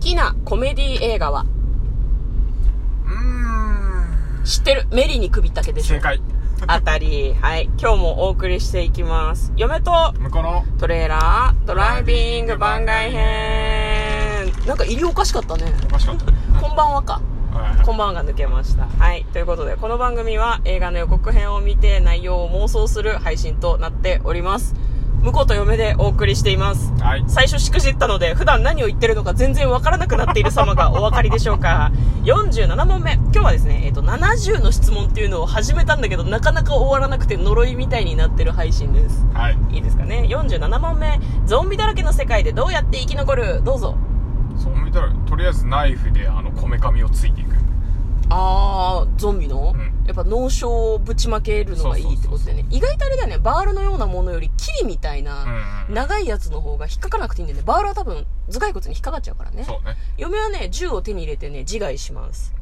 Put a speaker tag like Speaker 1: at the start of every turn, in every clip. Speaker 1: きなコメディ映画は
Speaker 2: うーん
Speaker 1: 知ってるメリに首ったけでしょ
Speaker 2: 正解
Speaker 1: あたりはい今日もお送りしていきます嫁と
Speaker 2: 向こうの
Speaker 1: トレーラードライビング番外編なんか入りおかしかったね
Speaker 2: おかしかったね
Speaker 1: こんばんはか
Speaker 2: はい
Speaker 1: こんばんはが抜けました。はい。ということで、この番組は映画の予告編を見て内容を妄想する配信となっております。向こうと嫁でお送りしています。
Speaker 2: はい
Speaker 1: 最初しくじったので、普段何を言ってるのか全然わからなくなっている様がお 分かりでしょうか。47問目。今日はですね、えっ、と、70の質問っていうのを始めたんだけど、なかなか終わらなくて呪いみたいになってる配信です。
Speaker 2: はい
Speaker 1: いいですかね。47問目。ゾンビだらけの世界でどうやって生き残るどうぞ。
Speaker 2: そう見たらとりあえずナイフであのこめかみをついていく
Speaker 1: あーゾンビの、
Speaker 2: うん
Speaker 1: やっぱ脳症をぶちまけるのがいいってことだよね意外とあれだよねバールのようなものよりキリみたいな、
Speaker 2: うん
Speaker 1: 長いやつの方が引っかかなくていいんだよねバールは多分頭蓋骨に引っかかっちゃうからね
Speaker 2: そうね
Speaker 1: 嫁はね銃を手に入れてね自害します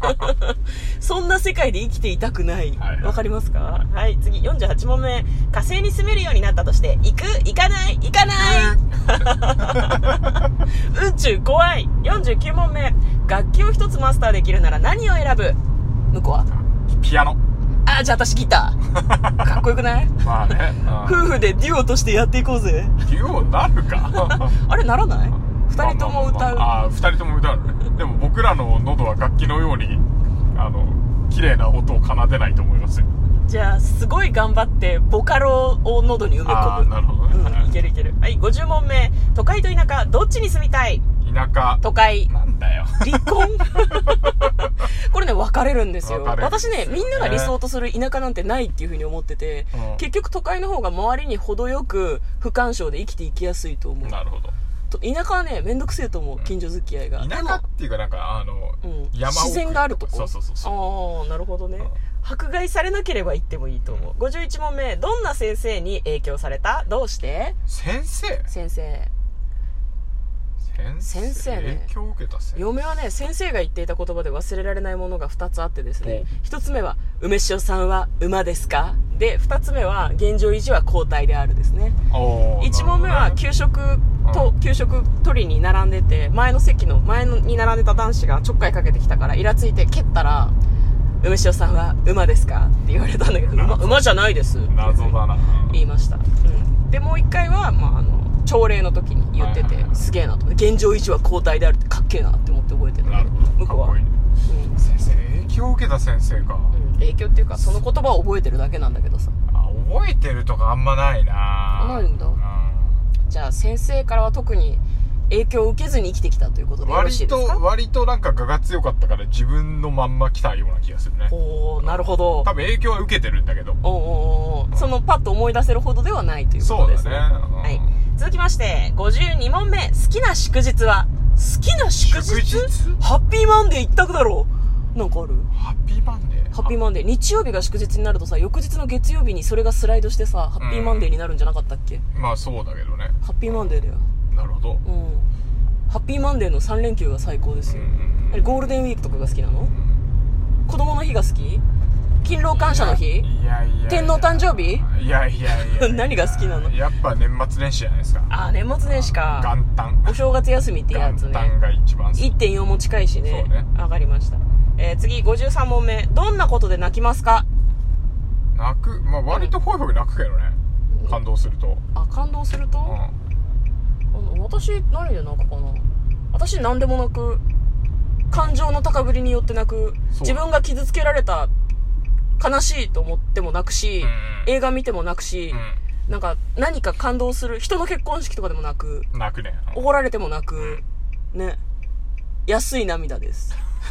Speaker 1: そんな世界で生きていたくないわ、
Speaker 2: はいはい
Speaker 1: かりますかはい、次48問目火星に住めるようになったとして行く行かない行かない、 宇宙怖い49問目楽器を一つマスターできるなら何を選ぶ向こうは
Speaker 2: ピアノ
Speaker 1: あじゃあ私ギタ ーかっこよくない
Speaker 2: まあね
Speaker 1: 夫婦でデュオとしてやっていこうぜ
Speaker 2: うん竜王なるか
Speaker 1: あれならない2人とも歌う、
Speaker 2: まあまあまああー二人とも歌うのねでも僕らの喉は楽器のようにあの綺麗な音を奏でないと思いますよ
Speaker 1: じゃあすごい頑張ってボカロを喉に埋め
Speaker 2: あ
Speaker 1: 込
Speaker 2: あ
Speaker 1: む
Speaker 2: なるほどね、
Speaker 1: うん、いけるいけるはい50問目都会と田舎どっちに住みたい
Speaker 2: 田舎
Speaker 1: 都 会
Speaker 2: なんだよ
Speaker 1: 離婚 これね分かれるんですよ
Speaker 2: 分かれるんです
Speaker 1: 私
Speaker 2: よね
Speaker 1: ねみんなが理想とする田舎なんてないっていうふうに思ってて、
Speaker 2: うん
Speaker 1: 結局都会の方が周りに程よく不干渉で生きていきやすいと思う
Speaker 2: なるほど
Speaker 1: と田舎はねめんどくせえと思う近所付き合いが
Speaker 2: 田
Speaker 1: で
Speaker 2: 舎
Speaker 1: も
Speaker 2: っていうかなんかあの、
Speaker 1: うん
Speaker 2: 山奥
Speaker 1: 自然があるとこ
Speaker 2: そうそうそうそう
Speaker 1: ああなるほどね
Speaker 2: うん
Speaker 1: 迫害されなければ行ってもいいと思う51問目どんな先生に影響されたどうして
Speaker 2: 先生
Speaker 1: 先生
Speaker 2: 先
Speaker 1: 先生ね
Speaker 2: 影響を受けた先生
Speaker 1: 嫁はね先生が言っていた言葉で忘れられないものが2つあってですね
Speaker 2: お
Speaker 1: 1つ目は「梅塩さんは馬ですか?」で2つ目は「現状維持は交代である」ですね
Speaker 2: おー
Speaker 1: 1問目
Speaker 2: な
Speaker 1: は
Speaker 2: るほどね
Speaker 1: 給食と
Speaker 2: う
Speaker 1: 給食取りに並んでて前の席の前のに並んでた男子がちょっかいかけてきたからイラついて蹴ったら「梅塩さんは馬ですか?」って言われたんだけど「馬馬じゃないです」
Speaker 2: 謎だな、うん
Speaker 1: 言いました、うん、でもう一回は、まあ、あの朝礼の時に言って
Speaker 2: はい
Speaker 1: て
Speaker 2: はいはい
Speaker 1: すげえなと思って現状維持は交代であるってかっけえなって思って覚えて
Speaker 2: な
Speaker 1: た
Speaker 2: るほど
Speaker 1: 向こうは
Speaker 2: かっこいいね
Speaker 1: うん
Speaker 2: 先生影響を受けた先生か、
Speaker 1: うん影響っていうかその言葉を覚えてるだけなんだけどさ
Speaker 2: あ覚えてるとかあんまないな
Speaker 1: ないんだ
Speaker 2: う
Speaker 1: じゃあ先生からは特に影響を受けずに生きてきたということでよろしい
Speaker 2: 割
Speaker 1: で
Speaker 2: と
Speaker 1: すか
Speaker 2: 割となんか我が強かったから自分のまんま来たような気がするね
Speaker 1: おおなるほど
Speaker 2: 多分影響は受けてるんだけど
Speaker 1: おうおうおうそのパッと思い出せるほどではないというこ
Speaker 2: そ
Speaker 1: と
Speaker 2: う
Speaker 1: で
Speaker 2: だ
Speaker 1: す
Speaker 2: ね
Speaker 1: ね、
Speaker 2: うん
Speaker 1: はい、続きまして52問目好きな祝日は好きな祝日
Speaker 2: 祝日
Speaker 1: ハッピーマンデー一択だろうなんかある
Speaker 2: ハッピーマンデー
Speaker 1: ハッピーマンデー日曜日が祝日になるとさ翌日の月曜日にそれがスライドしてさハッピーマンデーになるんじゃなかったっけ、
Speaker 2: まあそうだけどね
Speaker 1: ハッピーマンデーだよ
Speaker 2: なるほど
Speaker 1: うんハッピーマンデーの3連休が最高ですよ、あれゴールデンウィークとかが好きなの子供の日が好き勤労感謝の
Speaker 2: い
Speaker 1: 日
Speaker 2: やいやいや
Speaker 1: 天皇誕生日
Speaker 2: いやいやいや
Speaker 1: 何が好きなの
Speaker 2: やっぱ年末年始じゃないですか
Speaker 1: ああ年末年始か
Speaker 2: 元旦
Speaker 1: お正月休みってやつ
Speaker 2: 元
Speaker 1: ね
Speaker 2: 旦が一番好き
Speaker 1: 1.4も近いしね
Speaker 2: そうね
Speaker 1: 上がりました、えー、次53問目どんなことで泣きますか
Speaker 2: 泣くまあ割とホイホイ泣くけどね感動すると
Speaker 1: あ感動すると、
Speaker 2: う
Speaker 1: あの私何で泣くかな私何でも泣く感情の高ぶりによって泣く
Speaker 2: そう
Speaker 1: 自分が傷つけられた悲しいと思っても泣くし、
Speaker 2: うん
Speaker 1: 映画見ても泣くし
Speaker 2: ん、う
Speaker 1: なんか何か感動する人の結婚式とかでも泣く
Speaker 2: ん泣くね
Speaker 1: 怒られても泣くね安い涙です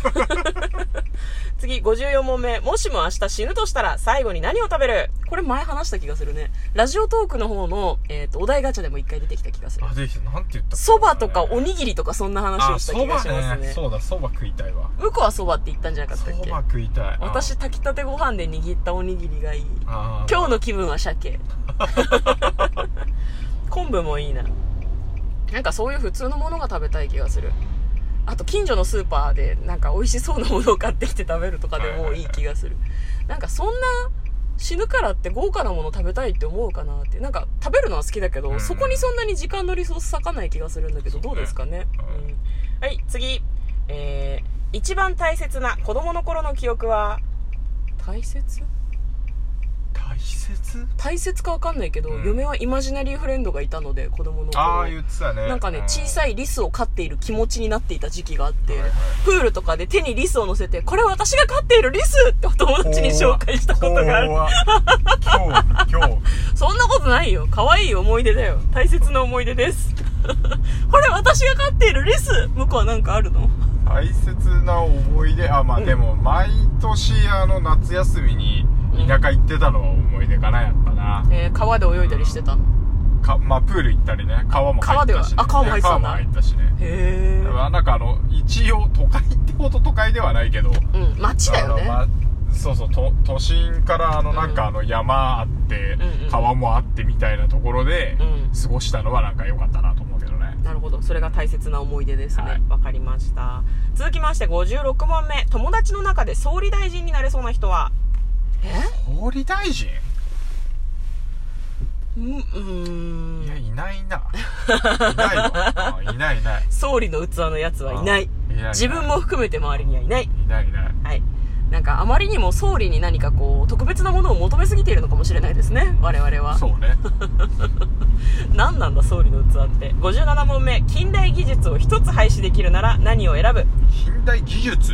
Speaker 1: 次54問目もしも明日死ぬとしたら最後に何を食べるこれ前話した気がするねラジオトークの方の、えー、とお題ガチャでも一回出てきた気がする
Speaker 2: あできたなんて言ったっけ
Speaker 1: そばとかおにぎりとかそんな話をした気がし
Speaker 2: あ
Speaker 1: ま
Speaker 2: そば
Speaker 1: すね。
Speaker 2: そうだそば食いたいわ
Speaker 1: 向こうはそばって言ったんじゃなかったっ
Speaker 2: そ
Speaker 1: け
Speaker 2: ば食いたい
Speaker 1: 私炊きたてご飯で握ったおにぎりがいい。
Speaker 2: 今
Speaker 1: 今日の気分は 鮭。昆布もいいな。なんかそういう普通のものが食べたい気がする。あと近所のスーパーでなんか美味しそうなものを買ってきて食べるとかでもいい気がする。なんかそんな死ぬからって豪華なもの食べたいって思うかなってなんか食べるのは好きだけど、
Speaker 2: うん
Speaker 1: そこにそんなに時間のリソース割かない気がするんだけど
Speaker 2: そうね
Speaker 1: どうですかね、
Speaker 2: うん
Speaker 1: うん、はい次えー、一番大切な子供の頃の記憶は大切
Speaker 2: 大切
Speaker 1: 大切かわかんないけど、
Speaker 2: うん
Speaker 1: 嫁はイマジナリーフレンドがいたので子供の頃
Speaker 2: ああ言ってたね
Speaker 1: なんかね、小
Speaker 2: い
Speaker 1: さいリスを飼っている気持ちになっていた時期があって、
Speaker 2: はいはい
Speaker 1: プールとかで手にリスを乗せて、これ私が飼っているリスってお友達に紹介したことがある。
Speaker 2: 今日今
Speaker 1: そんなことないよ。可愛い思い出だよ。大切な思い出です。 これ私が飼っているリス向こうはなんかあるの
Speaker 2: 日大切な思い出あまあ、
Speaker 1: うん
Speaker 2: でも毎年あの夏休みに田舎行ってたのは思い出かなやっぱな、
Speaker 1: えー、川で泳いだりしてたの。
Speaker 2: かまあプール行ったりね川も入ったし、
Speaker 1: 川で
Speaker 2: ね、
Speaker 1: はあ川も入
Speaker 2: ね川も入ったしね
Speaker 1: へ
Speaker 2: まあなんかあの一応都会ってほど都会ではないけど
Speaker 1: え。うん、街だよ
Speaker 2: あのま
Speaker 1: ね。
Speaker 2: あそうそうと都心からあのなん
Speaker 1: う
Speaker 2: か
Speaker 1: ん
Speaker 2: あの山あって、
Speaker 1: うんうん
Speaker 2: 川もあってみたいなところで
Speaker 1: うん
Speaker 2: 過ごしたのはなんか良かったなと思うけどね
Speaker 1: なるほど。それが大切な思い出ですね。わ、
Speaker 2: はい
Speaker 1: かりました。続きまして56問目。友達の中で総理大臣になれそうな人はえ
Speaker 2: 総理大臣
Speaker 1: うんう
Speaker 2: いや
Speaker 1: ーん
Speaker 2: いないないないわあいないいない
Speaker 1: 総理の器のやつはいない
Speaker 2: あいない
Speaker 1: 自分も含めて周りにはいない
Speaker 2: いないいない
Speaker 1: はいなんかあまりにも総理に何かこう特別なものを求めすぎているのかもしれないですね我々は
Speaker 2: そうね
Speaker 1: 何なんだ総理の器って57問目近代技術を一つ廃止できるなら何を選ぶ
Speaker 2: 近代技術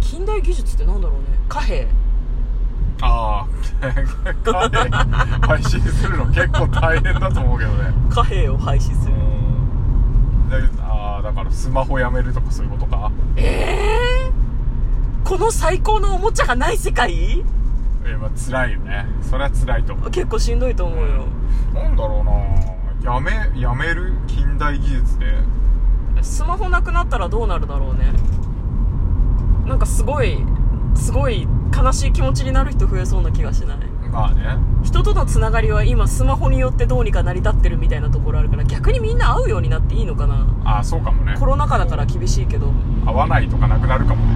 Speaker 1: 近代技術ってなんだろうね貨幣
Speaker 2: あ あカーで配信するの結構大変だと思うけどね
Speaker 1: 貨幣を廃止する
Speaker 2: うんだけどああだからスマホやめるとかそういうことか
Speaker 1: えー、この最高のおもちゃがない世界
Speaker 2: えまあ辛いよねそれは辛いと思う
Speaker 1: 結構しんどいと思うよ、
Speaker 2: なんだろうなやめやめる近代技術で
Speaker 1: スマホなくなったらどうなるだろうねなんかすごいすごい悲しい気持ちになる人増えそうな気がしない
Speaker 2: まあね
Speaker 1: 人とのつながりは今スマホによってどうにか成り立ってるみたいなところあるから逆にみんな会うようになっていいのかな
Speaker 2: ああそうかもね
Speaker 1: コロナ禍だから厳しいけど
Speaker 2: 合わないとかなくなるかもね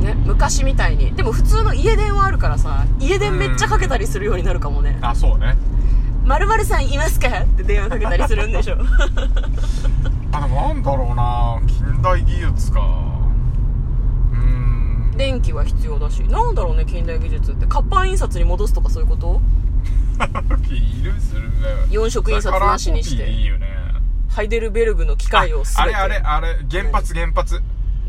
Speaker 1: ね昔みたいにでも普通の家電はあるからさ家電めっちゃかけたりするようになるかもね
Speaker 2: あそうね
Speaker 1: 「まるさんいますか?」って電話かけたりするんでしょ
Speaker 2: あでもなんだろうな近代技術かうーん
Speaker 1: 電気は必要だしなんだろうね近代技術って活版印刷に戻すとかそういうこと
Speaker 2: いるするね
Speaker 1: 四色印刷なしにして
Speaker 2: だからコピーでいいよね
Speaker 1: ハイデルベルグの機械を
Speaker 2: あ
Speaker 1: 全
Speaker 2: れ
Speaker 1: て
Speaker 2: あれあれ原発原発、うん、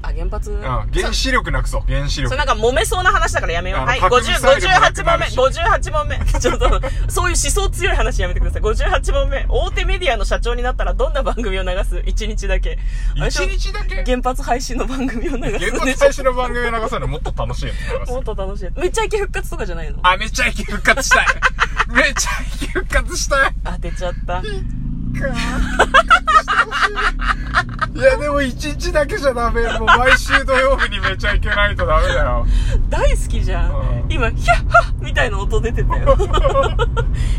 Speaker 1: あ原発
Speaker 2: 原子力なくそう原子
Speaker 1: それ
Speaker 2: 力
Speaker 1: なんか揉めそうな話だからやめよう。
Speaker 2: あの
Speaker 1: はい。50
Speaker 2: 核ミサイルもなく
Speaker 1: 58問
Speaker 2: な
Speaker 1: 目。
Speaker 2: るし
Speaker 1: 58問目。 ちょっと、そういう思想強い話やめてください。58問目。大手メディアの社長になったらどんな番組を流す ?1 日だけ。あれでしょ
Speaker 2: 一日だけ
Speaker 1: 原発配信の番組を流
Speaker 2: 原
Speaker 1: すん
Speaker 2: 発
Speaker 1: でし
Speaker 2: 最
Speaker 1: ょ
Speaker 2: 初の番組を流すのもっと楽しいやつ流す
Speaker 1: もっと楽しい。めっちゃイケ復活とかじゃないの
Speaker 2: あ、めちゃイケ復 活したい。めちゃイケ復活したい。
Speaker 1: 当てちゃった。
Speaker 2: いや、でも一日だけじゃダメ。もう毎週土曜日にめちゃイケないとダメ だよ。
Speaker 1: 大好きじゃん
Speaker 2: う。ん
Speaker 1: 今、ヒャッハッみたいな音出てたよ。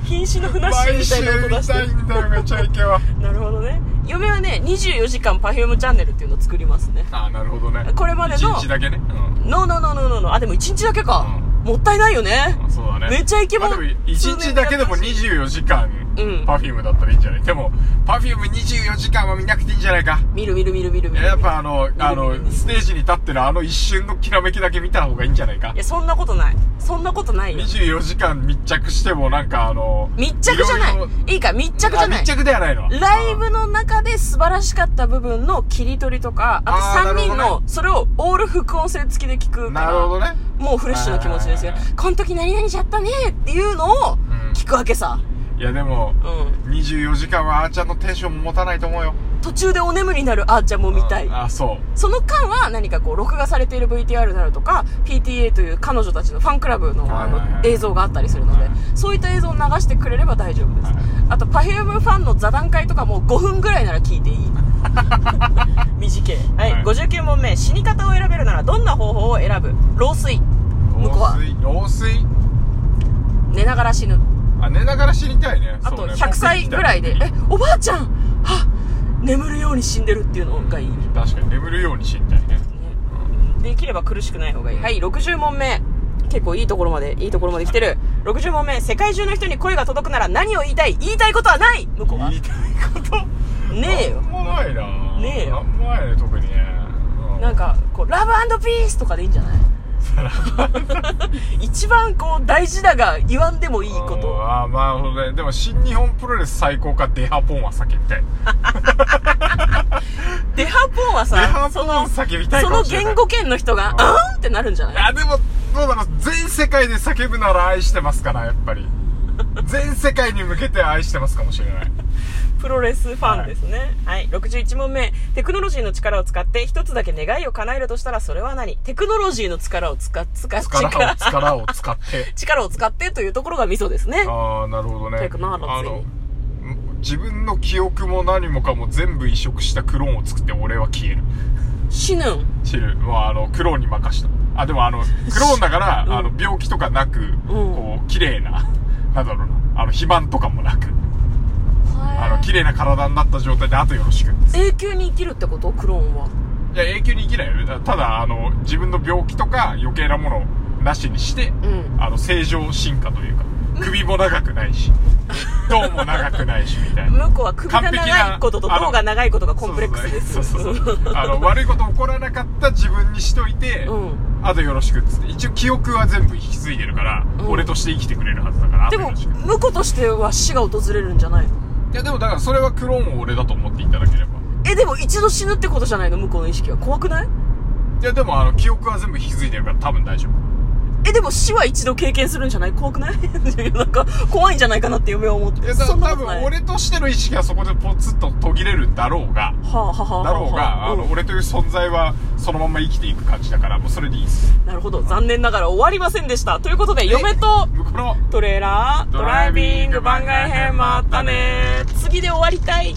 Speaker 1: 瀕死のふなっしー
Speaker 2: 毎
Speaker 1: みた
Speaker 2: 週
Speaker 1: いな音出
Speaker 2: 見
Speaker 1: して
Speaker 2: たい
Speaker 1: る。
Speaker 2: んだよ、めちゃイケは。
Speaker 1: なるほどね。嫁はね、24時間 Perfume チャンネルっていうのを作りますね。
Speaker 2: あ、なるほどね。
Speaker 1: これまでの
Speaker 2: 一日だけね。うん。
Speaker 1: ノーノーノーノーノーノー。あ、でも1日だけか。もったいないよね。
Speaker 2: あそうだね。
Speaker 1: めちゃイケも
Speaker 2: まあでも一日だけでも24時間、
Speaker 1: うん
Speaker 2: パフュームだったらいいんじゃないでも、パフューム24時間は見なくていいんじゃないか。
Speaker 1: 見る見る見る見る見る。
Speaker 2: やっぱあの、あ
Speaker 1: 見る見る
Speaker 2: の、ステージに立ってるあの一瞬のきらめきだけ見た方がいいんじゃないか
Speaker 1: い。や、そんなことない。そんなことないよ。
Speaker 2: 24時間密着してもなんかあの
Speaker 1: 密着じゃ
Speaker 2: ろろ
Speaker 1: ない。いいか、密着じゃな
Speaker 2: あ
Speaker 1: い
Speaker 2: 密。着ではないの
Speaker 1: ライブの中で素晴らしかった部分の切り取りとか、あ
Speaker 2: あー
Speaker 1: と3人
Speaker 2: なるほど
Speaker 1: の、それをオール副音声付きで聞くか
Speaker 2: なるほど
Speaker 1: ら、
Speaker 2: ね
Speaker 1: もうフレッシュな気持ちですよ
Speaker 2: はいはいは。
Speaker 1: この時何々しちゃったねっていうのを
Speaker 2: ん
Speaker 1: 聞くわけさ。
Speaker 2: いやでも
Speaker 1: うん。
Speaker 2: 24時間はあーちゃんのテンションも持たないと思うよ
Speaker 1: 途中でお眠りになるあーちゃんも見たい。
Speaker 2: ああそ
Speaker 1: その間は何かこう録画されている VTR であるとか PTA という彼女たちのファンクラブのあ
Speaker 2: はいはいは
Speaker 1: の
Speaker 2: い
Speaker 1: 映像があったりするの
Speaker 2: は
Speaker 1: で
Speaker 2: い
Speaker 1: そういった映像を流してくれれば大丈夫です
Speaker 2: はい
Speaker 1: あと Perfume ファンの座談会とかも5分ぐらいなら聞いていい 短いはい、
Speaker 2: はい
Speaker 1: 59問目死に方を選べるならどんな方法を選ぶ老衰
Speaker 2: う
Speaker 1: 向こうは
Speaker 2: 老衰老衰
Speaker 1: 寝ながら死ぬ
Speaker 2: あ寝ながら死にたいね
Speaker 1: あ
Speaker 2: そ
Speaker 1: と
Speaker 2: うね
Speaker 1: 100歳ぐらいで、
Speaker 2: 僕みた
Speaker 1: えおばあちゃんはっ眠るように死んでるっていうのがいい、ね
Speaker 2: 確かに眠るように死にたいね
Speaker 1: できれば苦しくない方がいいはい60問目結構いいところまでいいところまで来てる60問目世界中の人に声が届くなら何を言いたい言いたいことはない向こうは
Speaker 2: 言い
Speaker 1: ね
Speaker 2: たいこと
Speaker 1: えよ
Speaker 2: なんもないな
Speaker 1: ねえよ
Speaker 2: なんもないね特にねう
Speaker 1: なんかこうラブピースとかでいいんじゃない一番こう大事だが言わんでもいいこ
Speaker 2: うん
Speaker 1: と
Speaker 2: あーまあほんとねでも新日本プロレス最高かデハポンは叫びたい
Speaker 1: デハポンは
Speaker 2: デ
Speaker 1: さ
Speaker 2: ハポ
Speaker 1: そ
Speaker 2: ン
Speaker 1: の
Speaker 2: は叫びたい
Speaker 1: そ
Speaker 2: か
Speaker 1: の
Speaker 2: もしれない
Speaker 1: 言語圏の人が「うん?」ってなるんじゃ
Speaker 2: い
Speaker 1: ない
Speaker 2: やでもどうだろう全世界で叫ぶなら愛してますからやっ ぱり全世界に向けて愛してますかもしれない
Speaker 1: プロレスファンですねはい、61問目テクノロジーの力を使って一つだけ願いを叶えるとしたらそれは何テクノロジーの力を使っ使っ
Speaker 2: 力
Speaker 1: 力
Speaker 2: を力を使って
Speaker 1: 力を使ってというところがミソですね
Speaker 2: ああなるほどね
Speaker 1: テクノロジー
Speaker 2: あのん自分の記憶も何もかも全部移植したクローンを作って俺は消える
Speaker 1: 死ぬん
Speaker 2: チルはあのクローンに任したあでもあのクローンだから、
Speaker 1: うん
Speaker 2: あの病気とかなく、こう綺麗ななんだろうなあの肥満とかもなくあの綺麗な体になった状態であとよろしくい
Speaker 1: 永久に生きるってことクローンは
Speaker 2: や永久に生きないよだただあの自分の病気とか余計なものなしにして、
Speaker 1: うん
Speaker 2: あの正常進化というか首も長くないし 胴も長くないしみたいな
Speaker 1: 向こうは首が長いことと
Speaker 2: 完璧なあの
Speaker 1: 脳が長いことがコンプレックスです
Speaker 2: そうそうそうあの悪いこと起こらなかった自分にしといて、
Speaker 1: うん
Speaker 2: あとよろしくっつって一応記憶は全部引き継いでるから、
Speaker 1: うん
Speaker 2: 俺として生きてくれるはずだから
Speaker 1: で
Speaker 2: あ
Speaker 1: も
Speaker 2: とよろしく
Speaker 1: 向こうとしては死が訪れるんじゃないの
Speaker 2: いやでもだからそれはクローンを俺だと思っていただければ
Speaker 1: えでも一度死ぬってことじゃないの向こうの意識は怖くない
Speaker 2: いやでもあの記憶は全部引き継いでるから多分大丈夫
Speaker 1: えでも死は一度経験するんじゃない怖くない なんか怖いんじゃないかなって夢を思っ
Speaker 2: いや
Speaker 1: て
Speaker 2: だ
Speaker 1: そんな
Speaker 2: 多
Speaker 1: ことない
Speaker 2: 分俺としての意識はそこでポツッと途切れるだろうが
Speaker 1: はあはあはあ
Speaker 2: だろうがあの俺という存在はそのまま生きていく感じだからもうそれでいいっす
Speaker 1: なるほど残念ながら終わりませんでしたということで嫁と
Speaker 2: 向こうの
Speaker 1: トレーラードライビング番外編またね次で終わりたい